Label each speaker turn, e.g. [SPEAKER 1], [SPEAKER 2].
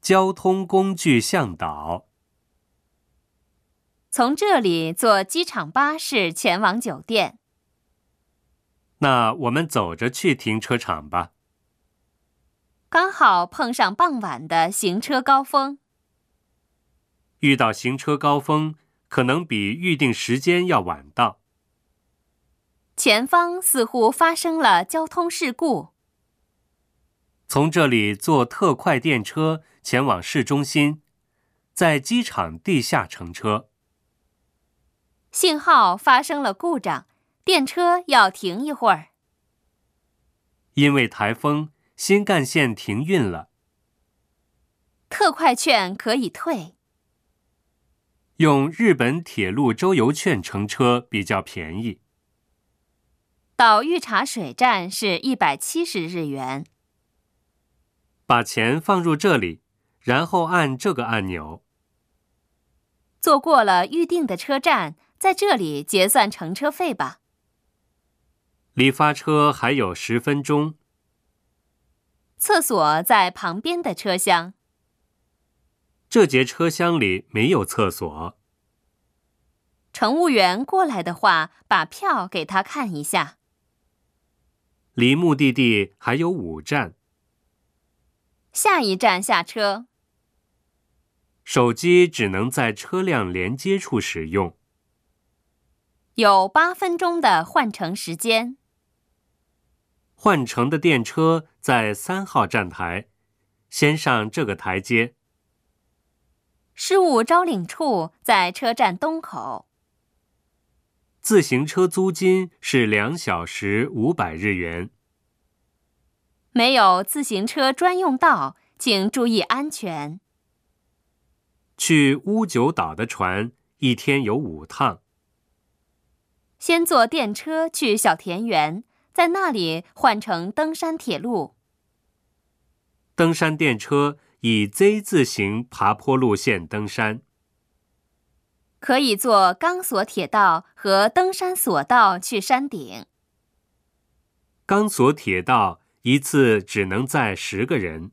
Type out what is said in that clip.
[SPEAKER 1] 交通工具向导。
[SPEAKER 2] 从这里坐机场巴士前往酒店。
[SPEAKER 1] 那我们走着去停车场吧。
[SPEAKER 2] 刚好碰上傍晚的行车高峰，
[SPEAKER 1] 遇到行车高峰，可能比预定时间要晚到。
[SPEAKER 2] 前方似乎发生了交通事故。
[SPEAKER 1] 从这里坐特快电车前往市中心，在机场地下乘车。
[SPEAKER 2] 信号发生了故障，电车要停一会儿。
[SPEAKER 1] 因为台风，新干线停运了。
[SPEAKER 2] 特快券可以退。
[SPEAKER 1] 用日本铁路周游券乘车比较便宜。
[SPEAKER 2] 岛御茶水站是一百七十日元。
[SPEAKER 1] 把钱放入这里，然后按这个按钮。
[SPEAKER 2] 坐过了预定的车站，在这里结算乘车费吧。
[SPEAKER 1] 离发车还有十分钟。
[SPEAKER 2] 厕所在旁边的车厢。
[SPEAKER 1] 这节车厢里没有厕所。
[SPEAKER 2] 乘务员过来的话，把票给他看一下。
[SPEAKER 1] 离目的地还有五站。
[SPEAKER 2] 下一站下车。
[SPEAKER 1] 手机只能在车辆连接处使用。
[SPEAKER 2] 有八分钟的换乘时间。
[SPEAKER 1] 换乘的电车在三号站台，先上这个台阶。
[SPEAKER 2] 事务招领处在车站东口。
[SPEAKER 1] 自行车租金是两小时五百日元。
[SPEAKER 2] 没有自行车专用道，请注意安全。
[SPEAKER 1] 去乌九岛的船一天有五趟。
[SPEAKER 2] 先坐电车去小田园，在那里换乘登山铁路。
[SPEAKER 1] 登山电车以 Z 字形爬坡路线登山。
[SPEAKER 2] 可以坐钢索铁道和登山索道去山顶。
[SPEAKER 1] 钢索铁道一次只能载十个人。